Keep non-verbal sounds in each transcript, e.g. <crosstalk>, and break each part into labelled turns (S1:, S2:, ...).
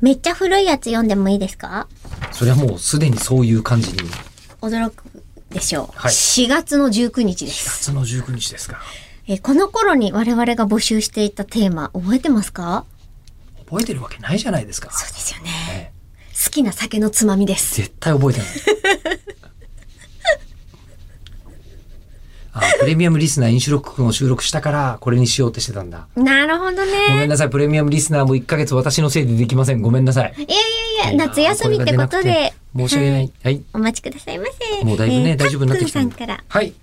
S1: めっちゃ古いやつ読んでもいいですか
S2: それはもうすでにそういう感じに。
S1: 驚くでしょう。
S2: はい
S1: 4月の19日です。
S2: 夏の19日ですか。
S1: えーこの頃に我々が募集していたテーマ、覚えてますか
S2: 覚えてるわけないじゃないですか。
S1: そうですよね。
S2: ええ
S1: 好きな酒のつまみです。
S2: 絶対覚えてない。あ、プレミアムリスナー飲酒ロック君を収録したから、これにしようってしてたんだ。
S1: なるほど
S2: ご
S1: ね。
S2: めんなさい、プレミアムリスナーも1ヶ月私のせいでできません。ごめんなさい。
S1: いやいやいや、夏休みってことで。
S2: 申し訳ない。はい。
S1: お待ちくださいませ。
S2: もうだいぶね、大丈夫になってきた
S1: た
S2: ん
S1: っくん
S2: で
S1: さんから
S2: はい。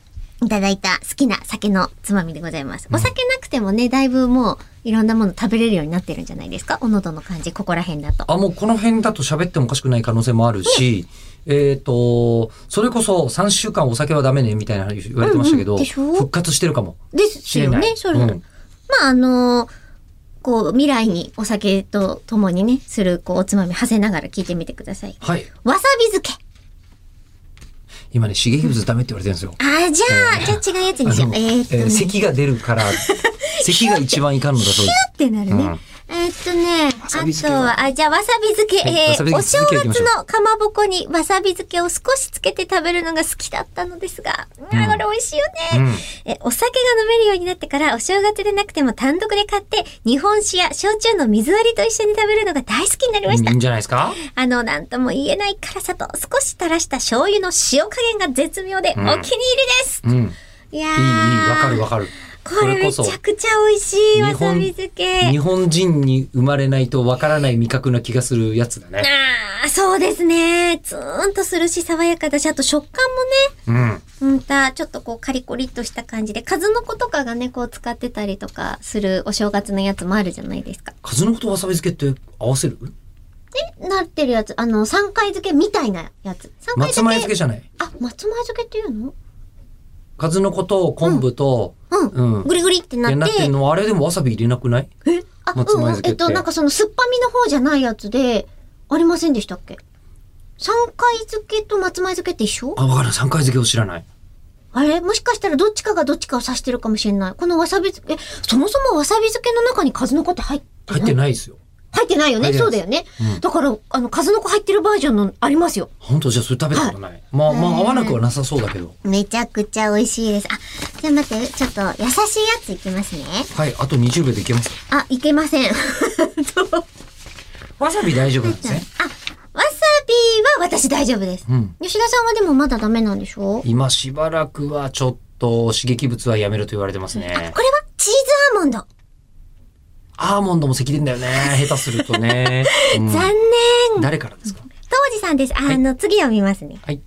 S1: いただいた好きな酒のつまみでございます。お酒なくてもね、だいぶもういろんなもの食べれるようになってるんじゃないですかお喉の感じ、ここら辺だと。
S2: あ、もうこの辺だと喋ってもおかしくない可能性もあるし、えっ、と、それこそ3週間お酒はダメね、みたいな言われてましたけ
S1: う
S2: ど、
S1: んうんでしょ
S2: 復活してるかも。
S1: ですよね、
S2: 知
S1: そ
S2: れ
S1: れ。
S2: な
S1: ま
S2: いうん
S1: ああのこう、未来にお酒と共にね、する、こう、おつまみ馳せながら聞いてみてください。
S2: はい。
S1: わさび漬け。
S2: 今ね、重ズダメって言われてるんですよ。
S1: あー、じゃあ、じゃあ違うやつにしよう。
S2: あの
S1: えーっと
S2: え
S1: ね。
S2: ー咳が出る
S1: <laughs>
S2: から、咳が一番いかんのだそうで
S1: ってなるね。
S2: うん
S1: えーっとね、あ
S2: さび漬け
S1: と
S2: は
S1: は、あ、じゃあわさび漬け、
S2: はい
S1: え
S2: わさび
S1: ー、お正
S2: 漬けいきまし
S1: 月
S2: ょう
S1: のかまぼこにわさび漬けを少しつけて食べるのが好きだったのですが、うん、あーこれ美味しいよ
S2: す。う
S1: ね、
S2: ん。
S1: え。お酒が飲めるようになってから、お正月でなくても単独で買って、日本酒や焼酎の水割りと一緒に食べるのが大好きになりました
S2: いい。んじゃないですか
S1: あの、なんとも言えない辛さと少し垂らした醤油の塩加減が絶妙でお気
S2: う
S1: に
S2: ん
S1: 入りです、
S2: うん。いい、いい、
S1: いやー
S2: わかるわかる。
S1: これめちゃくちゃ美味しいわさび漬け
S2: 日。本人に生まれないとわからない味覚な気がするやつだね。
S1: ああ、そうですね。ツーンとするし、爽やかだし、あと食感
S2: うん。
S1: もね、うんた、ちょっとこうカリコリっとした感じで、数の子とかがね、こう使ってたりとかするお正月のやつもあるじゃないですか。
S2: 数の子とわさび漬けって合わせる
S1: なってるやつ、あの、三回漬けみたいなやつ。三回
S2: 松
S1: 漬
S2: 前
S1: け。
S2: 漬けじゃない。
S1: あ、松前漬けっていうの
S2: 数の子と昆布と、
S1: うん。
S2: うん。
S1: グリグリってな
S2: ってな
S1: っ
S2: って
S1: て
S2: ん、のはあれでもわさび入れなくない
S1: えあ、
S2: 松
S1: うん
S2: 前
S1: うん
S2: 漬け
S1: え
S2: っ
S1: ってと、なんかその酸っぱみの方じゃないやつで、ありませんでしたっけ三回漬けと松前漬けって一緒
S2: あ、わからん。三回漬けを知らない。
S1: あれもしかしたらどっちかがどっちかを指してるかもしれない。このわさび漬け、えそもそもわさび漬けの中に数の子って入ってな
S2: 入
S1: い
S2: ってないですよ。
S1: 入ってないよね。
S2: 入って
S1: そ
S2: な
S1: う
S2: い
S1: だ
S2: で
S1: よね。
S2: うん
S1: だから、あの、数の子入ってるバージョンのありますよ。
S2: ほんと、じゃあそれ食べたことない。まあまあ合わなくはなさそうだけど。
S1: めちゃくちゃ美味しいです。あ、じゃあ待って、ちょっと優しいやついきますね。
S2: はい、あと20秒でいけますか
S1: あ、いけません。 <laughs> あ、わ
S2: わさび大丈夫なんですね。
S1: さびは私大丈夫です。
S2: うん。
S1: 吉田さんはでもまだダメなんでしょ
S2: 今しばらくはちょっと刺激物はやめると言われてま
S1: <laughs>
S2: すね。
S1: これはチーズアーモンド。
S2: アーモンドも赤んだよね。下手するとね。うん
S1: 残念。
S2: 誰からですか
S1: 当時さんです。あの、次を見ますね。
S2: はい。